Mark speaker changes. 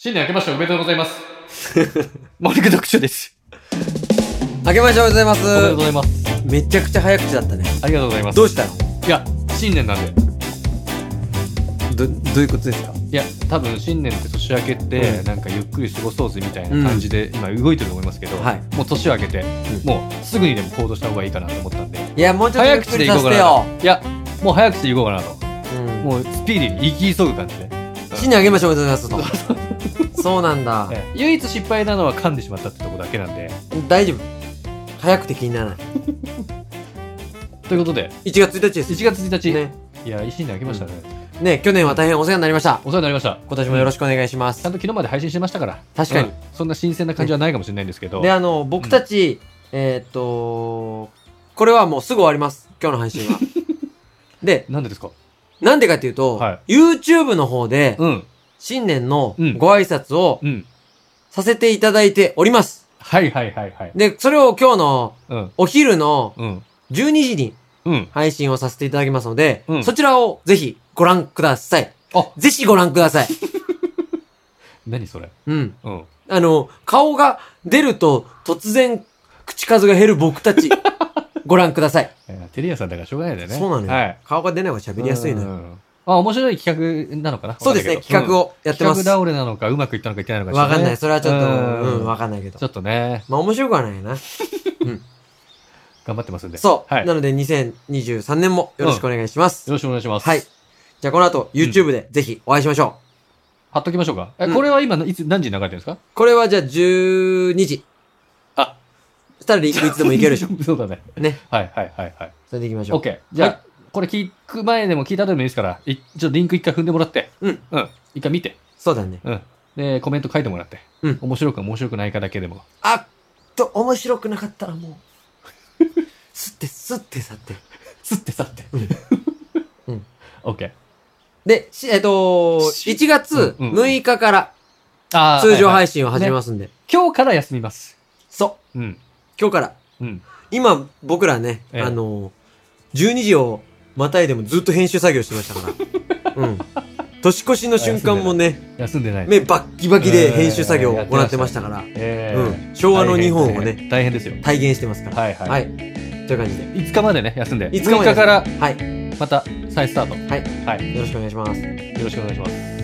Speaker 1: 新年明けましておめでとうございます。
Speaker 2: マリク読書です。
Speaker 3: 明けましておめでとうご
Speaker 2: おめでとうご
Speaker 3: ざ
Speaker 2: ざ
Speaker 3: い
Speaker 2: います。
Speaker 3: ます。めちゃくちゃ早口だったね。
Speaker 2: ありがとうございます。
Speaker 3: どうしたの
Speaker 2: いや、
Speaker 1: 新年なんで。
Speaker 3: ど、どういうことですか
Speaker 2: いや、多分新年って年明けって、
Speaker 3: うん
Speaker 2: なんかゆっくり過ごそうぜみたいな感じで、今動いてると思いますけど、
Speaker 3: はい
Speaker 2: もう年明けて、
Speaker 3: うん
Speaker 2: もうすぐにでも行動した方がいいかなと思ったんで、
Speaker 3: いや、もうちょっとゆ
Speaker 2: 早
Speaker 3: っ
Speaker 2: 口で
Speaker 3: くり
Speaker 2: 行
Speaker 3: さ
Speaker 2: こうか
Speaker 3: せてよ。
Speaker 2: なと。いや、もう早口で行こうかなと。
Speaker 3: うん、
Speaker 2: もうスピーディーに生き急ぐ感じで。
Speaker 3: 死にあげましょうおめでとうございま すと。そうなんだ。
Speaker 2: ええ唯一失敗なのは噛んでしまったってとこだけなんで。
Speaker 3: 大丈夫。早くて気にならない。
Speaker 2: ということで、
Speaker 3: 1月1日です。
Speaker 2: 1月1日、
Speaker 3: ね。
Speaker 2: いや、新年明けましたね。
Speaker 3: ね、去年は大変お世話になりました。
Speaker 2: お世話になりました。
Speaker 3: 今年もよろ
Speaker 2: しく。
Speaker 3: しくお願いしま
Speaker 2: ちゃ
Speaker 3: す
Speaker 2: ん。と昨日まで配信してましたから。
Speaker 3: 確かに
Speaker 2: うんそんな新鮮な感じはないかもしれないんですけど。
Speaker 3: で、あの、僕たち、えーっと、これはもうすぐ終わります。今日の配 信は。で、
Speaker 2: なんでですか
Speaker 3: なんでかっていうと、
Speaker 2: は
Speaker 3: YouTube の方で、
Speaker 2: うん。
Speaker 3: 新年の
Speaker 2: うん
Speaker 3: ご挨拶を
Speaker 2: うん。
Speaker 3: させていただいております。
Speaker 2: はいはいはいはい。
Speaker 3: で、それを今日の
Speaker 2: うん。
Speaker 3: お昼の
Speaker 2: うん。
Speaker 3: 12時に
Speaker 2: うん。
Speaker 3: 配信をさせていただきますので、
Speaker 2: うん
Speaker 3: そちらをぜひご覧ください。
Speaker 2: あ
Speaker 3: ぜひご覧ください。
Speaker 2: 何それ
Speaker 3: うん。
Speaker 2: うん。
Speaker 3: あの、顔が出ると突然口数が減る僕 たち。ご覧ください。
Speaker 2: えーテリアさんだからしょうがないんだよね。
Speaker 3: そうなのよ。
Speaker 2: はい。
Speaker 3: 顔が出ない方が喋りやすいのよ。
Speaker 2: よ。あ、面白い企画なのかな
Speaker 3: そうですね、企画
Speaker 2: を
Speaker 3: をやってま
Speaker 2: 企
Speaker 3: す。
Speaker 2: 画倒れなのか、うまくいったのかいってないのか。
Speaker 3: わかんない。それはちょっと、うん、わ
Speaker 2: わ
Speaker 3: かんないけど
Speaker 2: ちょ。っとね、
Speaker 3: まあ面白くはないな。
Speaker 2: 頑張ってますんで。よ
Speaker 3: そう。
Speaker 2: はい
Speaker 3: なので、2023年もよろしくお願いします。
Speaker 2: ろしくお願いします。
Speaker 3: はい。。じゃあ、この後、YouTube でぜひお会いしましょ
Speaker 2: 貼っときましょうか。え、
Speaker 3: うん
Speaker 2: これは今、いつ、何時に流れてるんですか
Speaker 3: う。これはじゃあ、12時。
Speaker 2: あ。
Speaker 3: そしたらリンクいつでもいけるでし ょ。。
Speaker 2: そうだね。
Speaker 3: ね。
Speaker 2: はいはいはいはい。
Speaker 3: それでいきましょう。
Speaker 2: OK。じゃあ、
Speaker 3: はい
Speaker 2: これ聞く前でも聞いた後でもいいですから、いちょっとリンク一回踏んでもらって。
Speaker 3: うん。
Speaker 2: うん。一回見て。
Speaker 3: そうだね。
Speaker 2: うん。で、コメント書いてもらって。
Speaker 3: うん
Speaker 2: 面白くか面白くないかだけでも。
Speaker 3: あっと、面白くなかったらもう。すって、すって去って。
Speaker 2: すって去って。
Speaker 3: うん
Speaker 2: OK。
Speaker 3: で、しえっと、
Speaker 2: し
Speaker 3: 1月
Speaker 2: うんうん
Speaker 3: 6日から
Speaker 2: あー
Speaker 3: 通常
Speaker 2: はいはい
Speaker 3: 配信を始めますんで。
Speaker 2: 今日から休みます。
Speaker 3: そう。
Speaker 2: うん。
Speaker 3: 今日から。
Speaker 2: うん。
Speaker 3: 今、僕らね、
Speaker 2: ええ
Speaker 3: あの、12時をまたいでもずっと編集作業してましたから。 うん。年越しの瞬間もね、
Speaker 2: 休んでない。
Speaker 3: 目バッキバキで編集作業を行ってましたから、
Speaker 2: え
Speaker 3: う
Speaker 2: ー
Speaker 3: ん、昭和の日本を
Speaker 2: 大
Speaker 3: ね、
Speaker 2: 変大変ですよ。
Speaker 3: 体現してますから。
Speaker 2: はいはい。
Speaker 3: はい。という感じで。
Speaker 2: 5日までね、休んで。
Speaker 3: いつかま
Speaker 2: 6
Speaker 3: で
Speaker 2: 日から
Speaker 3: はい。
Speaker 2: また再スタート。
Speaker 3: はい。よろしくお願いします。
Speaker 2: よろしくお願いします。